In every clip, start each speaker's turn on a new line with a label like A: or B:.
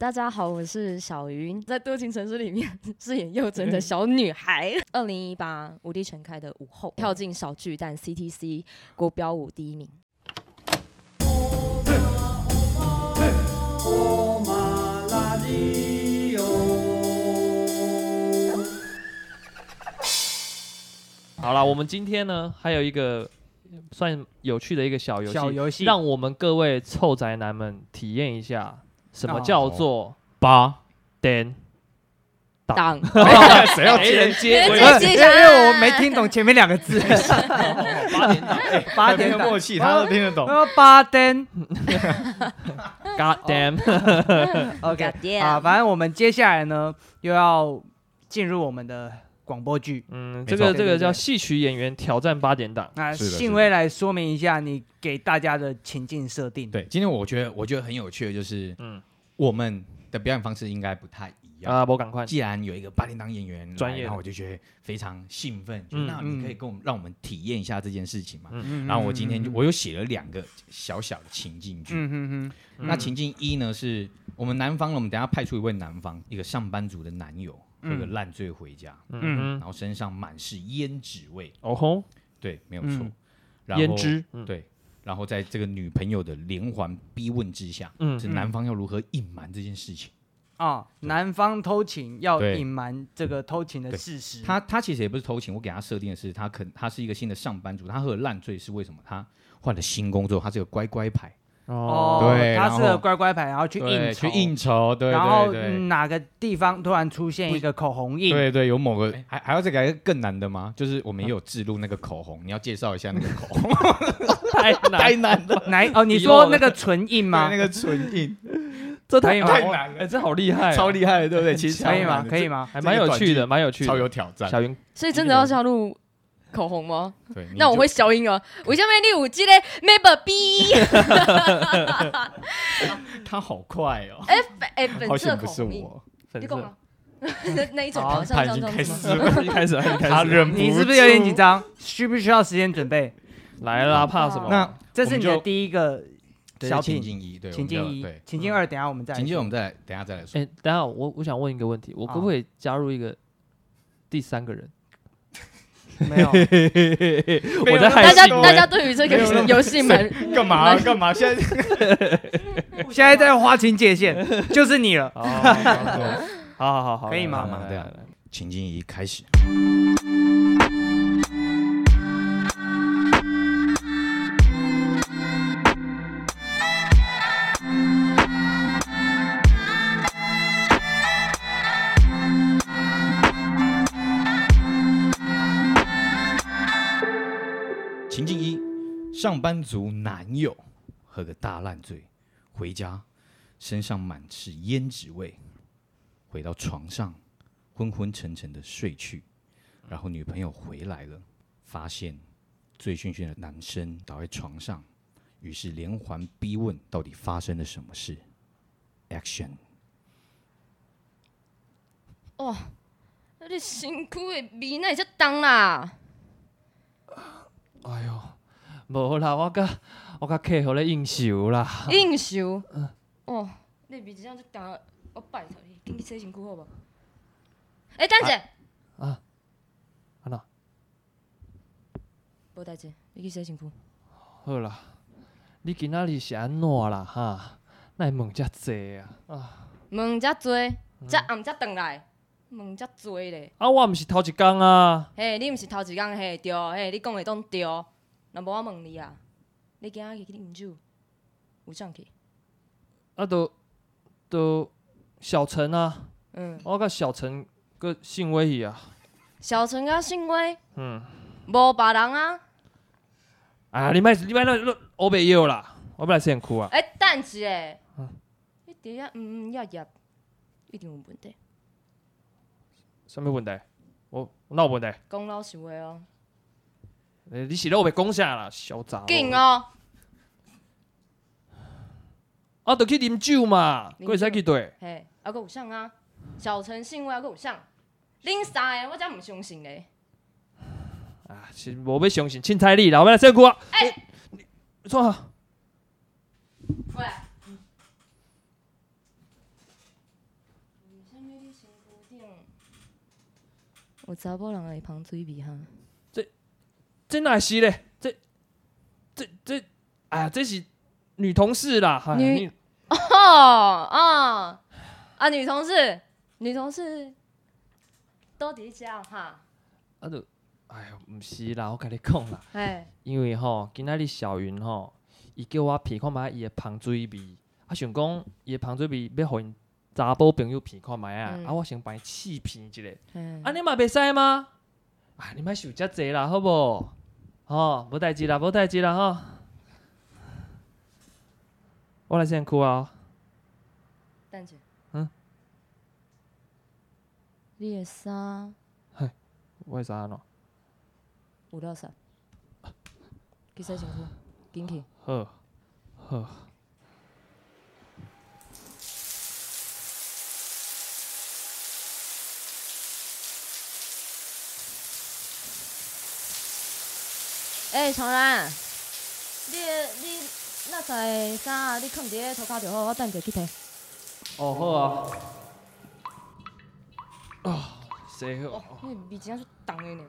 A: 大家好，我是小云，嗯在《多情城市》里面 饰演幼珍的小女 孩。二零一八无敌全开的午后，跳进小巨蛋 CTC 国标舞第一名。
B: 好了，我们今天呢还有一个呃算有趣的一个小游戏，
C: 小游戏
B: 让我们各位臭宅男们体验一下什么
C: 哦
B: 叫做
D: 八，
B: Dan。
A: 当
D: 哎谁要
B: 没人
D: 接？
A: 没
B: 接我
A: 人
B: 也
A: 接
B: 是
C: 因为因为我没
A: 接
C: 听懂前面两个 字，
D: 哦
B: 八点档
C: 八
D: 没
C: 点
D: 有
C: 档
D: 默契，他都听得
B: 啊
D: 懂。
C: 呃八点
B: ，God damn！
C: ，OK，
A: God damn
C: 啊，反正我们接下来呢又要进入我们的广播剧。
B: 嗯，
D: 没
B: 这
D: 错
B: 个
C: 对
B: 这
C: 对
B: 个
C: 对
B: 叫戏曲演员挑战八点档。
C: 那
D: 是的是的
C: 信威来说明一下你给大家的情境设定。
D: 对，今天我觉得我觉得很有趣的就是，
B: 嗯
D: 我们的表演方式应该不太一样。
B: 啊，我赶快，
D: 既然有一个八点档演员来
B: 专业的
D: 然后我就觉得非常兴奋。就
B: 嗯
D: 那你可以
C: 嗯
D: 跟我们让我们体验一下这件事情嘛？
C: 嗯
D: 然后我今天就
C: 嗯
D: 我又写了两个小小的情境剧。
C: 嗯嗯嗯
D: 那
B: 嗯
D: 情境一呢是我们南方，我们等一下派出一位南方一个上班族的男友，喝个
C: 嗯
D: 烂醉回家，
B: 嗯
D: 然，后身上满是胭脂味，
B: 哦吼，
D: 对，没有错
C: 嗯，
D: 然后
B: 胭脂，嗯
D: 对，然后在这个女朋友的连环逼问之下，
B: 嗯
D: 是男方要如何隐瞒这件事情。
C: 啊，男方偷情要
D: 对
C: 隐瞒这个偷情的事实。
D: 他他其实也不是偷情，我给他设定的是，他可他是一个新的上班族，他喝了烂醉是为什么？他换了新工作，他是个乖乖牌，
B: 哦，
C: 哦
D: 对，
C: 他
D: 然后
C: 是个乖乖牌，然后去应
D: 对
C: 酬
D: 去应酬，对
C: 然后
D: 对对。
C: 嗯哪个地方突然出现一个口红印，
D: 对对，有某个哎还还要再改更难的吗？就是我们也有置入那个口红，你要介绍一下那个口 红，
B: 太难，
D: 难了，
C: 哪一哦？你
B: 遗漏
C: 说
B: 了
C: 那个唇印 吗
D: 那？个唇印
B: 这
C: 可以吗
B: 太
D: 太难了
B: 哎，这好厉害，
D: 超，厉害的，对不对？其实
C: 可以吗？
D: 超难的
C: 可以吗？
B: 还蛮有趣
D: 这
B: 的，
D: 个
B: 蛮有趣
D: 超有
B: 的。
D: 挑战。
B: 小云，
A: 所以真的要加入口红吗？
D: 对，你
A: 那我
D: 就
A: 会消音哦。我下面第五季嘞 m a b e B
D: 他好快哦，
A: F F
D: 好
A: 粉色
D: 险不
A: 口
D: 是
A: 红印，
D: 我，
B: 粉
A: 你
B: 色
A: 懂，吗？那 那一种
C: 好
A: 好像这样这
D: 啊他已经
A: 样
D: 开
A: 子吗
D: 始
B: 一开始，一开
D: 他
B: 始，
D: 忍不住，
C: 你是不是有点紧张？需不需要时间准备？
B: 来啦，怕什么？
D: 那
C: 这是你
D: 哦我
C: 的
D: 们就
C: 第一个
D: 对
C: 小
D: 情
C: 品，
D: 境一，对，
C: 情
D: 我
C: 境
D: 们就
C: 一
D: 对，，
C: 情境二，等一下我们再来
D: 情境我们再来，等一下再来 说。
B: 哎，等一下我我想问一个问题，我可不
C: 啊
B: 可以加入一个第三个人？
C: 没有，
B: 我在害
A: 大家
B: 羞
A: 大家对于这
D: 没有那
A: 个
D: 么
A: 游戏蛮
D: 哎干嘛干嘛？现 在
C: 现在在划清 界限，就是你了。
B: 哦，好好好好，
C: 可以吗
B: 来来来
D: 对啊
B: 来来
D: 情境一开始，情境一，上班族男友喝个大烂醉，回家身上满是胭脂味，回到床上昏昏沉沉的睡去，然后女朋友回来了，发现醉醺醺的男生倒在床上，于是连环逼问到底发生了什么事。Action！
A: 哦，那你辛苦的味，那你才当啦。
B: 哎呦，无啦，我甲我甲客户咧应酬啦，
A: 应酬。哦，那比这样就打了，我拜托你，给你洗身躯好不好？哎、等一下，
B: 安那
A: 无代志，你去洗身躯。
B: 好啦，你今仔日是安怎啦哈？那问遮济啊啊！
A: 问遮多，遮暗遮转来，问遮多咧。
B: 啊，我毋是头一工啊，
A: 嘿，你毋是头一工嘿对，嘿，你讲的拢对。若无我问你啊，你今仔日去啉酒，有上去？
B: 啊都都小陈啊，
A: 嗯，
B: 我甲小陈个姓威去啊，
A: 小陈甲信威，
B: 嗯，
A: 无别人啊。
B: 啊，你莫你莫那那我袂要啦，我要来先哭啊，
A: 哎、等一下，你伫遐嗯嗯呀呀，一定有问题。
B: 啥物问题？我哪有问题？
A: 讲老实话哦，
B: 诶你是咧我袂讲啥啦，小杂。
A: 紧哦。
B: 啊，就去啉酒嘛，
A: 啉
B: 还会使去对。
A: 嘿，啊，搁有啥啊？小陈信威啊，搁有啥？恁三个我才毋相信咧。
B: 啊，是无要相信凊彩你啦，我要来先哭啊。哎、你创啥？
A: 喂，有查某人会芳水味哈，
B: 真乃是嘞，这这这，哎呀，这是女同事啦，哈，
A: 女
B: 你
A: 哦哦啊，女同事，女同事都伫遮哈，
B: 啊就，哎呀，毋是啦，我甲你讲啦，
A: 哎，
B: 因为吼，今仔日小云吼，伊叫我闻看觅伊的芳水味，啊想讲伊的芳水味要互因查甫朋友闻看觅啊，
A: 嗯
B: 啊我先帮伊试闻一下，
A: 嗯
B: 啊你嘛袂使吗？啊你莫想遮济啦，好无？吼、无代志啦，无代志啦吼。我来先哭啊、
A: 等者，
B: 嗯，
A: 你的衫
B: 我啥喏？
A: 有落啥？去洗身躯，紧去。
B: 好，好。
A: 哎、欸，长然，你的你那在衫啊？你放伫个涂骹就好，我等者去摕。
B: 哦，好啊。啊，谁好
A: 哦？，你味真正是重的呢。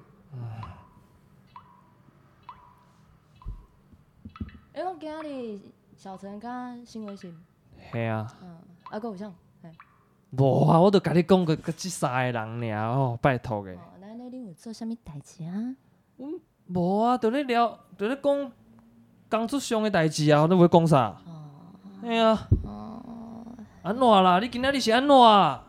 A: 哎、我今日小陈甲新微信，
B: 嘿啊，
A: 嗯，啊，搁有啥？嘿，
B: 无啊，我都甲你讲过，佮即三个人尔哦，拜托个。
A: 哦，那那恁有做啥物代志啊？
B: 无啊，伫咧聊，伫咧讲工作上诶代志啊，你袂讲啥？嘿啊。
A: 哦
B: 安怎啦？你今仔日是安怎啊？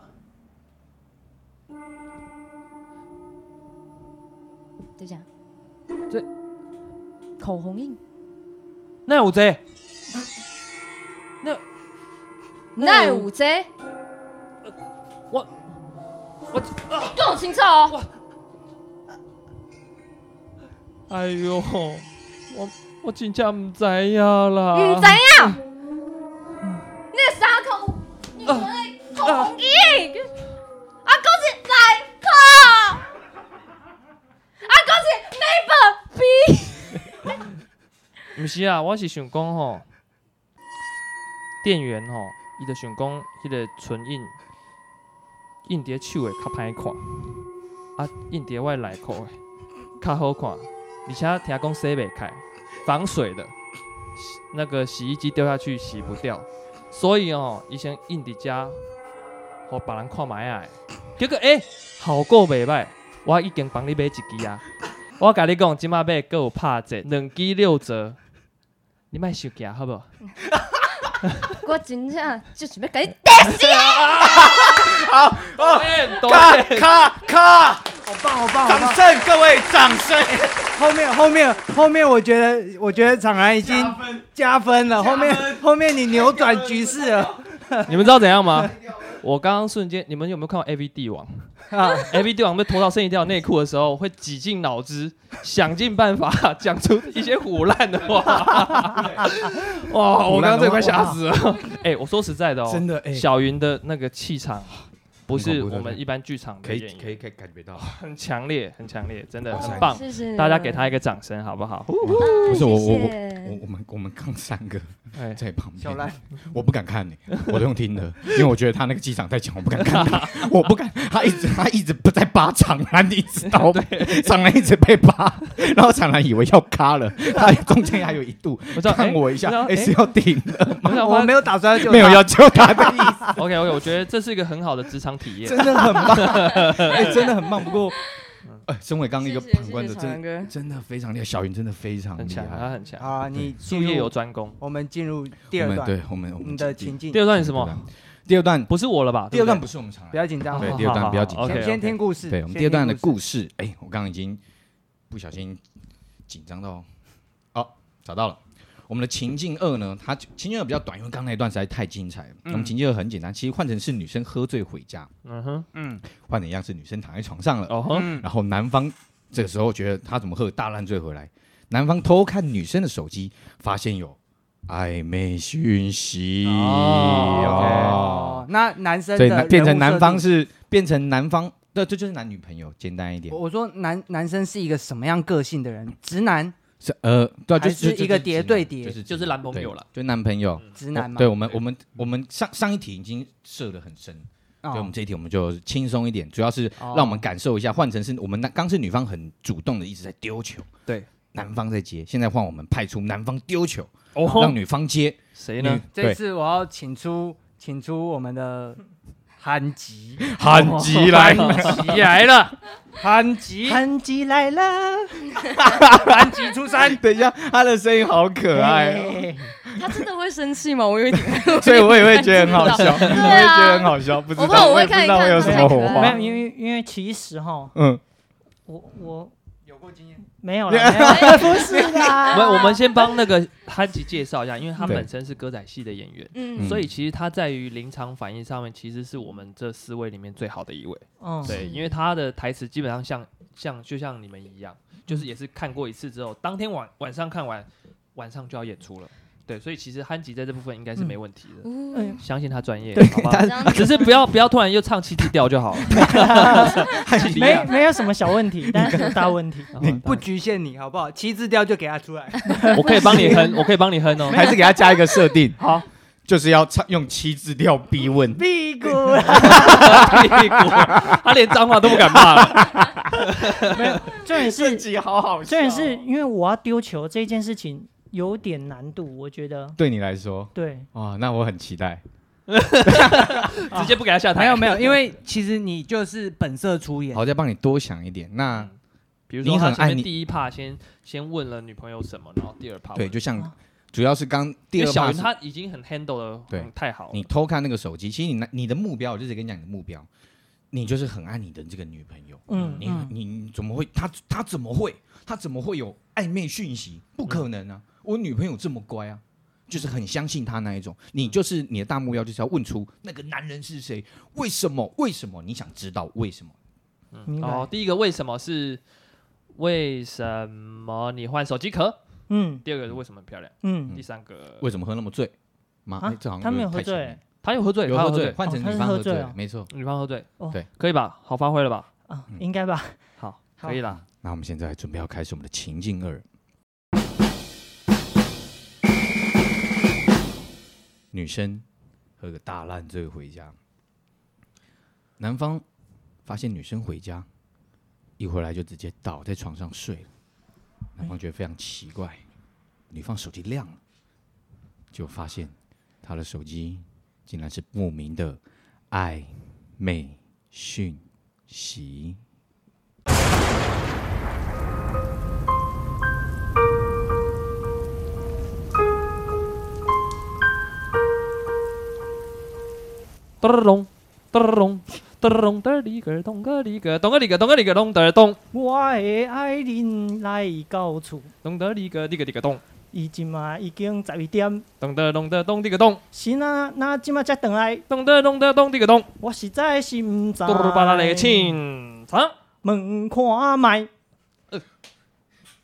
A: 就这样。
B: 这嗯
A: 口红印，
B: 那有这？那
A: 那有这？
B: 呃我我啊
A: 讲清楚哦。
B: 哎哟，我我真正毋知影啦。
A: 唔知影，你的衫口，你的口红衣，啊，讲是内裤，啊，讲是美本笔，
B: 毋是啊，我是想讲吼，店员吼，伊就想讲迄个唇印印伫手诶较歹看，啊印伫我的内裤诶较好看，而且听讲洗袂开，防水的，洗那个洗衣机掉下去洗不掉，所以哦，伊先印伫遮，互别人看卖啊，结果诶、效果袂歹，我已经帮你买一支啊。我甲你讲，即马买还有拍折，两支六折，你莫收价啊好无？
A: 我真正就是要给你
B: 多谢多
D: 咔
B: 谢，
D: 咔咔！
C: 好棒，好棒，好
D: 掌
C: 棒！
D: 声，各位掌声！
C: 后面，后面，后面，我觉得，我觉得厂然已经加分了。后面，后面你扭转局势了。
B: 你们知道怎样 吗？我刚刚瞬间，你们有没有看过 AV 帝王？AV 帝王被拖到剩一条内裤的时候，会挤尽脑汁，想尽办法讲出一些腐烂的 话。哇，哦我刚刚这快吓死了！哎、我说实在的哦，
D: 真的哎
B: 小云的那个气场。不
D: 很
B: 是
D: 恐怖对
B: 我
D: 不
B: 们
D: 对
B: 一般剧场
D: 可
B: 的
D: 以
B: 演
D: 可
B: 绎，
D: 以可以感觉到，
B: 很强烈，很强烈，真的
D: 哇塞哦
B: 很棒，
A: 谢谢
B: 大家给他一个掌声好不好？
D: 不是我我
A: 谢
D: 我
A: 谢
D: 我我们我们刚三个
B: 哎，
D: 在旁边，
C: 小兰，
D: 我不敢看你、 我都用听的，因为我觉得他那个机场太强，我不敢看他， 我不敢，他一直他一直不在扒长兰，你知道吗？长兰一直被扒，然后长兰以为要卡了，他中间还有一度
B: 我知道
D: 看我一
B: 我知道
D: 下，哎，
B: 哎
D: 是要停的，
B: 我想
C: 我
B: 发
C: 没有打算救他
D: 没有要救他的意思，
B: OK OK，我觉得这是一个很好的职场体验
D: 真。的很 棒，哎，真的很棒。不 过，呃，身为刚刚一个
A: 谢谢
D: 旁观者，
A: 谢谢
D: 真
A: 长
D: 的
A: 安
D: 真的非常厉害，小云真的非常
B: 很
D: 厉
B: 强，他
D: 害。
B: 很强，
C: 好啊！你
B: 术
C: 进
B: 业有
C: 入，
B: 专攻。
C: 我们进入第
D: 我
C: 二
D: 们
C: 段，
D: 对我们我们
C: 你的
D: 进
C: 情境
B: 第，二段是什么？？
D: 第二段
B: 不是我了吧？
D: 第二段
B: 对
D: 不是我们常来
C: 不要紧张，
D: 对
B: 好
D: 第二段
B: 好
D: 不要紧
B: 好好 OK，
C: 先先听故事。
D: 对，我们
C: 先
D: 第二段的
C: 听故
D: 故事，哎、我刚刚已经不小心紧张到，哦，找到了。我们的情境二呢，它情境二比较短，因为刚刚那一段实在太精彩了。我们情境二很简单，其实换成是女生喝醉回家，
B: 嗯哼，
D: 换成一样是女生躺在床上了，
B: 哦哼，
C: 嗯
D: 然后男方这个时候觉得他怎么喝大烂醉回来，男方偷看女生的手机，发现有暧昧讯息
B: 哦
C: 事。
D: 哦
C: 哦，那男生
D: 所以
C: 的
D: 男变
C: 人
D: 成
C: 物
D: 男
C: 设
D: 方
C: 定，
D: 是变成男方，对，这就是男女朋友，简单一点
C: 我。我说男男生是一个什么样个性的人？直男，
D: 是呃，对、啊，就
C: 还是
D: 就
C: 一个
D: 就
C: 叠
D: 直男
C: 对叠
D: 就是
B: 就是男朋友了，
D: 对就男朋友。
C: 直男
D: 我
C: 嘛。
D: 对我们我们我们上上一题已经设的很深，所以我
C: 哦
D: 们这一题我们就轻松一点，主要是让我们感受一下，换成是我们男刚是女方很主动的一直在丢球，
C: 对，
D: 男方在接，现在换我们派出男方丢球，
B: 哦
D: 让
C: 嗯
B: 吼，
D: 女方接，
B: 谁呢
D: 女？
C: 这次我要请出请出我们的 韩吉，
D: 韩吉来了，
B: 急来了，
C: 韩吉，
E: 韩吉 来了，
C: 韩吉出山。
D: 等一下，他的声音好可爱哦、
A: 他真的会生气吗？我有一点，
D: 所以我也会觉得很好笑，我也会觉得很好笑，不知
A: 我怕
D: 道，
A: 我会
D: 也不
A: 看
D: 知
A: 一
D: 道
A: 看
D: 会有什么火
A: 哇
E: 没
D: 花
E: 有，。因为因为其实哈，
D: 嗯，
E: 我我
C: 有过经验。
E: 没有了，没有啦不是
B: 我
E: 啦，
B: 们我们先帮那个憨吉介绍一下，因为他
D: 对
B: 本身是歌仔戏的演员，
A: 嗯，
B: 所以其实他在于临场反应上面，其实是我们这四位里面最好的一位。
E: 嗯，
B: 对，因为他的台词基本上像像就像你们一样，就是也是看过一次之后，当天晚晚上看完，晚上就要演出了。对，所以其实憨吉在这部分应该是没问题的，
A: 嗯
B: 相信他专业，好吧？
A: 这样子
B: 只是不要不要突然又唱七字调就好了。
D: 汉吉
E: 没没有什么小问题，但是有大问题。
B: 然后
C: 不局限你好不好？七字调就给他 出来。
B: 啊我可以帮你哼，我可以帮你哼 哦。
D: 还是给他加一个设定，
B: 好，
D: 就是要唱用七字调逼问。
E: 屁股，
B: 屁股啊他连脏话都不敢骂了。
E: 重点是
D: 集好好
E: 重点是因为我要丢球这件事情有点难度，我觉得
D: 对你来说，
E: 对，
D: 哇，那我很期待。
B: 啊直接不给他下台。
C: 没有没有，因 为其实你就是本色出演
D: 好，。再帮你多想一点。那
B: 比如说
D: 你很
B: 他前
D: 爱你
B: 面第一趴先先问了女朋友什么，然后第二趴
D: 对，
B: 问
D: 就像
E: 哦
D: 主要是刚第
B: 因为
D: 二
B: 小
D: 趴
B: 云
D: 是，
B: 他已经很 handle 的
D: 对
B: 太好了
D: 你。偷看那个手机，其实你那你的目标，我就直接跟你讲你的目标，你就是很爱你的这个女朋友。
E: 嗯
D: 你你你怎么会？他他怎么会？他怎么会有暧昧讯息？不可能啊！我女朋友这么乖啊，就是很相信他那一种。你就是你的大目标就是要问出那个男人是谁？为什么？为什么？你想知道为什么？
E: 明
B: 哦
E: 白，，
B: 第一个为什么是为什么你换手机壳？
E: 嗯
B: 第二个是为什么很漂亮？
E: 嗯，
B: 第三个
D: 为什么喝那么醉？妈，
E: 啊
D: 哎这好像
E: 他没有
D: 点太
E: 喝醉
D: 前面，
B: 他有喝醉，
D: 有
B: 他
D: 喝
B: 有
D: 醉，，换成
E: 哦他
D: 女
E: 是
D: 方
E: 喝
D: 喝醉
E: 醉
D: 了
E: 哦，
D: 没错。
B: 女方喝醉，
E: 哦
D: 对，
B: 可以吧？好发挥了吧？
E: 啊，应该吧，
B: 好，
E: 好
B: 可以啦。
D: 那我们现在准备要开始我们的情境二。女生喝个大烂醉回家，男方发现女生回家，一回来就直接倒在床上睡了。男方觉得非常奇怪，女方手机亮了，就发现她的手机竟然是不明的暧昧讯息。
B: 咚咚咚咚咚咚里个咚个里个咚个里个咚个里个咚的咚
E: 我的爱人来到厝，
B: 咚的里个里个里个咚
E: 伊即嘛已经十一点，
B: 咚的咚的咚里个咚
E: 是哪哪即嘛才回来，
B: 咚的咚的咚里个咚
E: 我实在是毋知。
B: 嘟噜巴拉嘞，请唱。
E: 问看卖。啊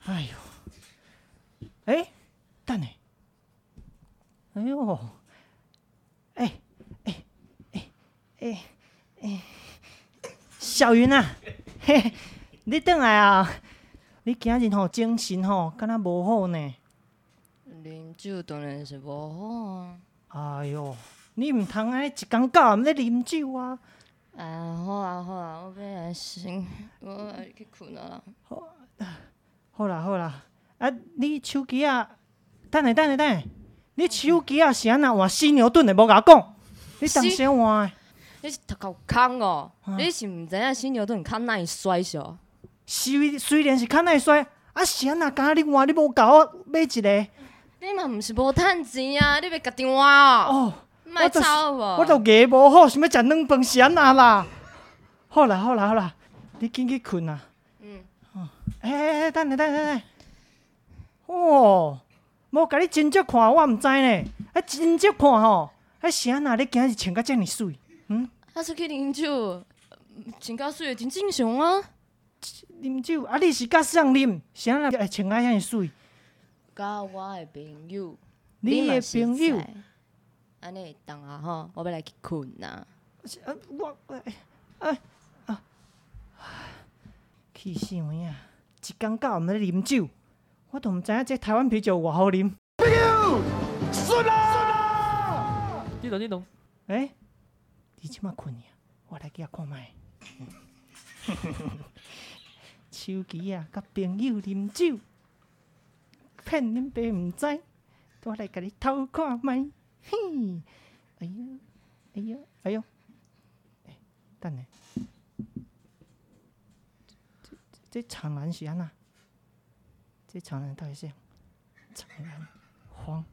E: 哎呦，哎、等下，哎呦，哎哎哎哎哎，小云啊，嘿，你等来啊！你今日吼精神吼，敢若无好呢？
A: 啉酒当然是无好啊。
E: 哎呦，你毋通安尼一工到暗咧啉酒啊！
A: 啊，好啊好啊，我本来先，我要去困啊啦。
E: 好啦好啦，啊，你手机啊，等下等下等下，你手机啊是安那换犀牛盾的，无甲我讲，你当时换的
A: 你是头壳有空哦，你是毋知影犀牛顿空哪会衰小？
E: 虽虽然是较耐衰，啊是安那敢你换，你无甲我买一个，
A: 你嘛毋是无趁钱啊，你袂家己换哦，
E: 哦，
A: 莫吵好无？
E: 我都牙无好，想要食软饭是安那啦。好啦好啦好啦，你紧去困啊啦。
A: 嗯，
E: 哎哎哎，等下等下等下，哦，无甲你真少看，我毋知呢，啊真少看吼，啊是安那你今日穿甲遮尔水。
A: 啊出去啉酒，嗯穿到水真正常啊。
E: 啉酒，啊，你是甲谁啉？谁人会穿啊遐尼水？
A: 甲我的朋友，
E: 你的
A: 嘛是
E: 朋友
A: 知，，安尼会当啊吼，我要来去困啊。
E: 啊，我，哎哎啊，气死我呀！一工到暗咧啉酒，我都毋知影这台湾啤酒有偌好啉。
B: 叮咚叮咚，
E: 哎、你即马困去啊？我来给他看卖。 手机啊，甲朋友啉酒，骗恁爸毋知，我来甲你偷看卖。嘿，哎哟，哎哟，哎哟，哎等下，这这这长男是安那？这长男到底是谁长男黄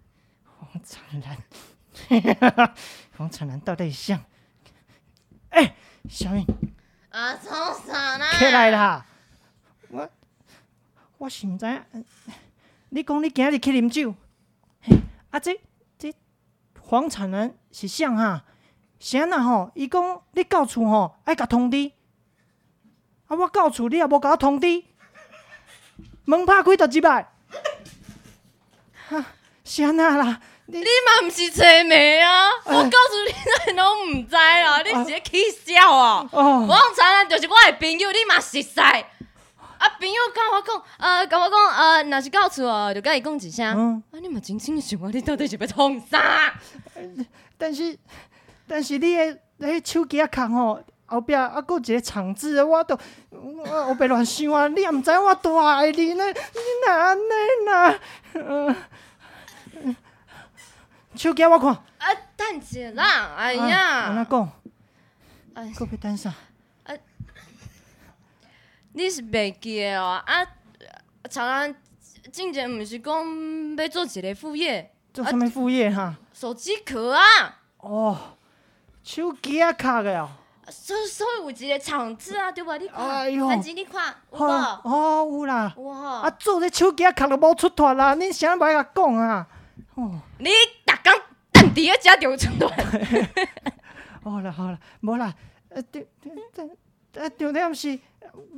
E: 黄长 男，黄长男到底是像？哎、小颖，
A: 啊，从啥呢？
E: 起来！啦！我我是毋知影，呃你讲你今日去啉酒，嘿啊这这黄产人是谁哈？是安那吼？伊讲你到厝吼爱甲通知，啊我到厝你也无甲我通知，门拍开就入来，哈、啊、是安那啦？你
A: 你嘛毋是揣妹啊！我告诉你，咱拢毋知啦，你是咧起痟啊！
E: 哦
A: 王传咱就是我的朋友，你嘛熟识。啊，朋友甲我讲，呃，甲我讲，呃，若是到厝哦，就甲伊讲一声。
E: 嗯
A: 啊，你嘛真正想啊，你到底是要创啥？
E: 但是 但是你的迄手机啊空吼，后壁啊佫有一个厂子的，我都我后壁乱想啊， 你也毋知我大爱你呢，你哪安尼啦？呃手机啊我看，
A: 啊，等一下啦，哎
E: 啊安那
A: 呀，
E: 讲，
A: 哎
E: 佫要等啥？
A: 你是袂记的哦。啊，长安之前毋是讲要做一个副业，
E: 做啥物副业哈、
A: 手机壳啊。
E: 哦，手机啊卡个哦，
A: 所所以有一个场子啊，对吧？你
E: 哎
A: 看，
E: 呦
A: 反正你看，有无？
E: 哦
A: 有
E: 哦有啦，
A: 无？
E: 啊做这手机啊卡都无出脱啦，恁啥物爱甲讲啊？哦。
A: 你逐工等伫咧遮就出来，
E: 好啦好啦，无啦，呃，重重呃重点是，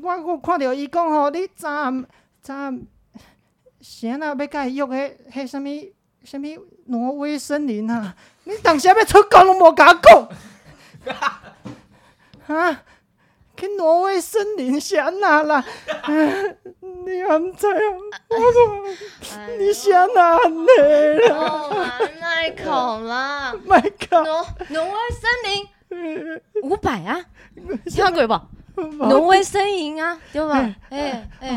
E: 我我看到伊讲吼，你昨暗昨暗，是安那要甲伊约迄迄什物什物挪威森林啊？你当时要出国拢无甲我讲， 啊？去挪威森林是安那啦？ 啊你也毋知啊？我讲 你啊是安那 尼啦？
A: 哦，那口啦，
E: 麦克，
A: 挪挪威森林五百啊，听过无？挪威森林啊，对吧？哎哎，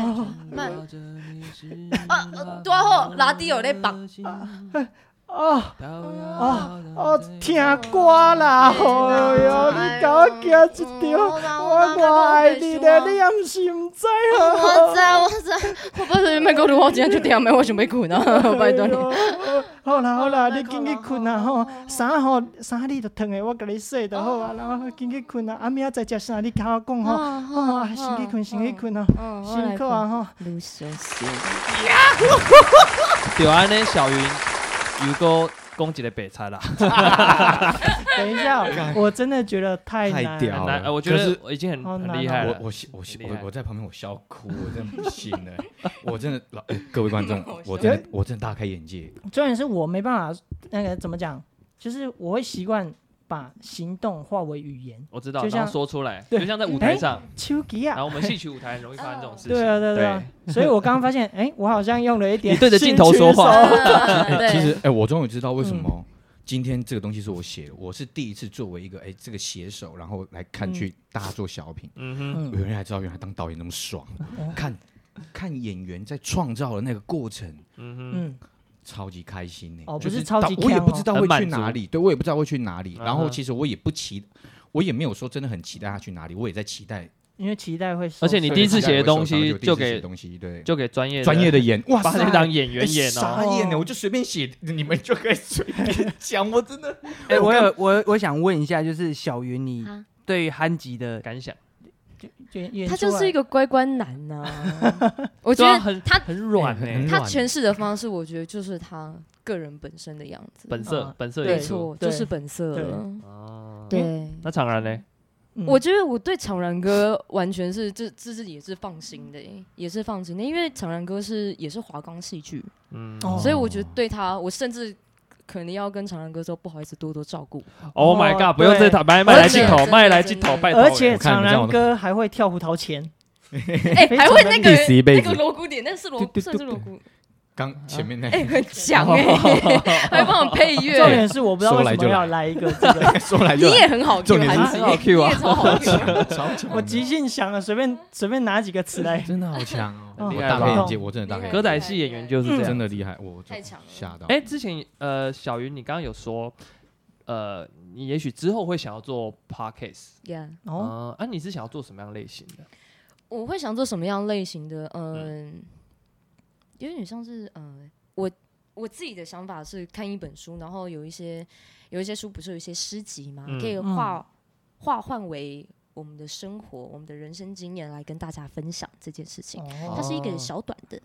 A: 慢，啊，呃拄好拉蒂有咧放，
E: 哦。
B: 哦
E: 哦哦，听歌啦，哎哟，你甲我惊一跳，我我爱你咧，你也毋是毋知
A: 我
E: 啊。
A: 知我知，我拜托你莫讲如我今天就听没，我想要困啊，拜托你。
E: 哎呦。好啦好啦，
A: 好啦
E: 你紧去困啦吼，衫吼衫你就脱的，我甲你洗就好啊，然后紧去困啦，啊明仔载食啥你甲我讲吼，
A: 哦好
E: 吼，啊
A: 好
E: 先去困先去困啊，
A: 嗯我来
E: 辛苦啊
A: 困
E: 吼。
A: 卢小姐，
B: 就安尼，小云又搁讲一个白菜啦。
E: 等一下，我真的觉得太
D: 太
E: 难
D: 屌
E: 了
D: 好
B: 很
D: 了
B: 难，呃我觉
D: 可是
B: 得我已经很
E: 好
B: 很
E: 难
B: 厉
E: 哦
B: 害
D: 我
B: 了。
D: 我笑我笑
B: 很厉
D: 我
B: 害
D: 我在旁边我笑哭，我真的不行了， 我真的老、哎各位观 众，我
E: 笑
D: 真的我真的大开眼界，
E: 重点是我没办法，那个怎么讲，就是我会习惯把行动化为语言。
B: 我知道，
E: 就
B: 然
E: 像
B: 后说出来，
E: 对
B: 就像在舞台上，
E: 手机
B: 然
E: 啊
B: 后，我们戏曲舞台很容易发生这种事情。
E: 对啊，对啊对啊， 所以我刚刚发现，哎、我好像用了一点
B: 你对着镜头
E: 新
B: 说
E: 缺
B: 话
E: 手
D: 哎、
A: 对，
D: 其实哎、我终于知道为什
E: 嗯
D: 么、今天这个东西是我写的，我是第一次作为一个哎、这个写手，然后来看去大家做小品，
B: 嗯哼，
E: 嗯
D: 有人还知道原来当导演那么爽，
E: 哦
D: 看看演员在创造的那个过程。
B: 嗯哼，
E: 嗯，
D: 超级开心呢、
E: 哦
D: 就
E: 不是超级
D: 到我也
E: 强哦
D: 不知道会
B: 很满
D: 去哪里，对我也不知道会去哪里。
B: 嗯哼
D: 然后其实我也不期，我也没有说真的很期待他去哪里，我也在期待。
E: 因为期待会
B: 而
E: 受伤，
B: 且你第一次写的东西
D: 对我也期待
B: 就
D: 我第一次
B: 给
D: 写的东西，对，
B: 就给专业
D: 专业的演，哇
B: 把
D: 塞，哎
B: 你当演员演
D: 傻
B: 哦。
D: 眼欸呢，我就随便写，你们就可以随便讲，我真 的
C: 哎、我有我我想问一下，就是小云，你
A: 啊
C: 对于憨吉的
B: 感想，
E: 就演
A: 他
E: 出
A: 就是
E: 来
A: 一个乖乖男呐、我觉
B: 对啊
A: 得
B: 很
A: 他
B: 很软欸
D: 很软
B: 呢，
A: 他诠释的方式，我觉得就是他个人本身的样子。
B: 本
E: 嗯
B: 色本色
A: 没
B: 演出。
A: 错，
E: 对
A: 就是本色了。
B: 哦，
A: 对，
B: 那当然嘞，
E: 嗯
A: 我觉得我对长然哥完全是这这是也是放心的，欸也是放心的，因为长然哥是也是华冈戏剧，
B: 嗯
E: 哦
A: 所以我觉得对他，我甚至可能要跟长然哥说不好意思，多多照 顾。
B: ，Oh my god，不用
E: 哦对
B: 再打麦麦来镜
A: 真
B: 头，
A: 的
B: 麦来
A: 真的
B: 镜
A: 真
B: 头，
A: 的
B: 拜托
E: 而
B: 了。
E: 且
D: 看
E: 长
D: 你知道
E: 南
D: 吗
E: 哥还会跳胡桃钳，
A: 哎、
E: 非常
A: 还会那
D: 地 diss 一
A: 个
D: 辈
A: 那
D: 子
A: 个锣鼓点，那是锣
D: 对对
A: 算是
D: 对哦
A: 锣鼓，
D: 刚前面那
A: 哎、很强哎、 还帮我配乐
E: 重，点是我不知道为什
D: 说来就
E: 么
D: 来
E: 要来一个这 个，
D: 说来
A: 你
D: 就
A: 也
D: 来，
A: 很好 Q，
D: 重点是
A: 还
D: 很好
A: Q 啊，你也超好 Q。
D: 超强的，
E: 我即兴想了，随便随便拿几个词来。
D: 真的好强哦！
E: 哦
D: 我大开眼界，我真的大开眼
B: 歌
D: 界，
B: 仔戏演员就是这
D: 真
B: 样。
D: 的厉害，我
A: 太强了
D: 吓到。
B: 哎、之前呃，小云，你刚刚有说，呃，你也许之后会想要做 podcast，
A: Yeah，
B: 哦、
E: 哦，
B: 呃，啊，你是想要做什么样类型的？
A: 我会想做什么样类型的？嗯，有点像是嗯，我我自己的想法是看一本书，然后有一些有一些书不是有一些诗集嘛，
B: 嗯
A: 可以化化换为我们的生活、我们的人生经验来跟大家分享这件事情。它
E: 哦，
A: 是一个
B: 哦
A: 小短的，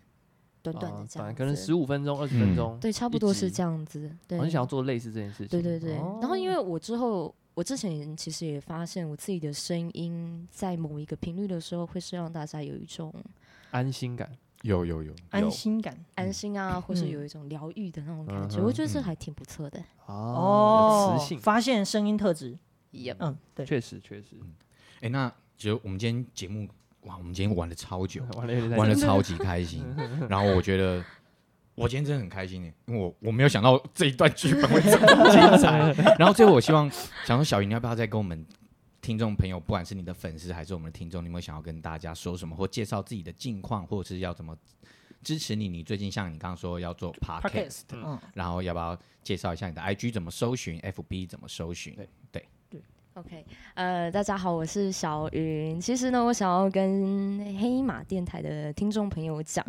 A: 短短的
B: 哦
A: 这样子，
B: 可能十五分钟、
E: 嗯
B: 二十分钟。
A: 对，差不
B: 一
A: 多是
B: 集
A: 这样子。对，
B: 我很想要做类似这件事情。
A: 对对对。
B: 哦
A: 然后因为我之后，我之前其实也发现，我自己的声音在某一个频率的时候，会是让大家有一种
B: 安心感，
D: 有有有，
E: 安心感
A: 安心啊，或是
E: 嗯
A: 有一种疗愈的那种感觉。
B: 嗯哼
A: 我觉得这还挺不错的。
B: 哦，
E: 哦
B: 有磁性，
E: 发现声音特质，
A: Yep
E: 嗯，对，
B: 确实确实，
E: 嗯
D: 哎，那觉得我们今天节目，哇，我们今天玩的超久，
B: 玩了有点太
D: 玩的超级开 心。然后我觉得我今天真的很开心耶，欸因为我我没有想到这一段剧本会这 么精彩。然后最后我希望，想说小云你要不要再跟我们听众朋友，不管是你的粉丝还是我们的听众，你有没有想要跟大家说什么，或介绍自己的近况，或者是要怎么支持你？你最近像你刚刚说要做 podcast，
E: podcast，嗯，
D: 然后要不要介绍一下你的 IG 怎么搜寻，FB 怎么搜寻？
A: OK，呃，大家好，我是小云。其实呢，我想要跟黑马电台的听众朋友讲，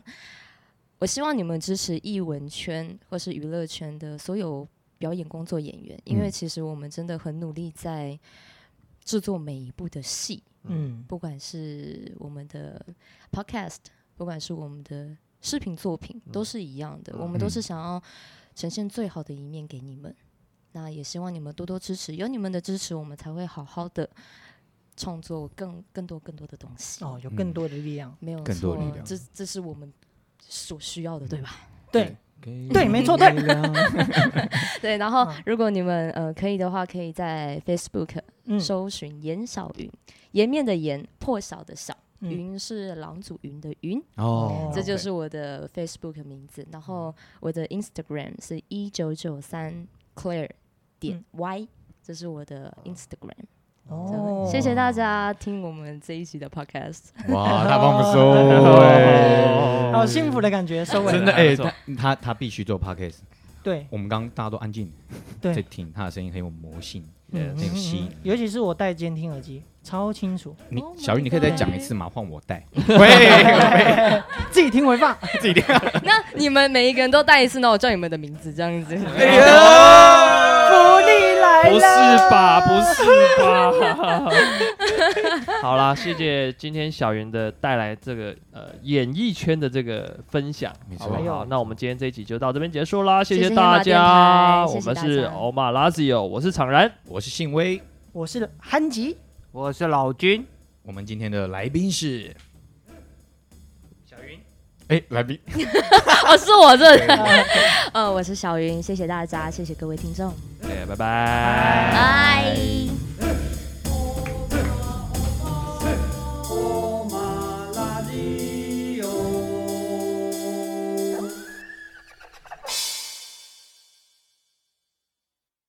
A: 我希望你们支持艺文圈或是娱乐圈的所有表演工作演员，因为
D: 嗯
A: 其实我们真的很努力在制作每一部的戏，
E: 嗯，
A: 不管是我们的 podcast，不管是我们的视频作品，都
E: 嗯
A: 是一样的。我们
D: 嗯
A: 都是想要呈现最好的一面给你们，那也希望你们多多支持，有你们的支持，我们才会好好的创作更更多更多的东西。
E: 哦，有
B: 嗯
E: 更多的力量，
A: 没有
D: 更多
A: 错
D: 的力，量
A: 这这是我们所需要
E: 嗯
A: 的，对吧？
E: 对对，没错，对，
A: 对。然后
E: 嗯，
A: 如果你们呃可以的话，可以在 Facebook
E: 嗯，
A: 搜寻“严小云”，颜面的颜，破晓的晓，
E: 嗯
A: 云是狼祖云的云。
D: 哦，
A: 这就是我的 Facebook 名字，然后我的 Instagram 是一九九三 Claire 点 Y，、这是我的 Instagram。
E: 哦，
A: 谢谢大家听我们这一集的 Podcast。
D: 哇，他帮我们收尾，
B: 哦嗯
E: 好哦幸福的感觉，收尾，
D: 哦 真的
B: 还
D: 哎，
B: 不错
D: 他他他必须做 podcast。
E: 对
D: 我们刚刚大家都安静在
E: 对，
D: 听，他的声音很有魔性，
E: 嗯
D: 很有吸引。
E: 尤其是我戴监听耳机，超清楚，
D: 你
A: Oh my
D: 小玉，你可以再讲一次吗？换我带。 喂，
E: 自己听回放，
A: 那你们每一个人都带一次，那我叫你们的名字，这样子。哦
E: 福利来
B: 不是
E: 了，
B: 吧？不是 吧？好啦，谢谢今天小云的带来这个呃演艺圈的这个分享，
D: 没错
B: 好不好？那我们今天这一集就到这边结束啦，谢
A: 哎谢谢
B: 大家，
A: 黑马电台
B: 我们
A: 谢谢
B: 是
A: 大家
B: 欧马拉西欧，我是常然，
D: 我是信威，
E: 我是憨吉，
C: 我是老君。
D: 我们今天的来宾是
B: 小云，
D: 哎，来宾
A: 哦，是我这 里。呃，我是小云，谢谢大家，谢谢各位听众，
B: 哎，拜拜。
A: 拜。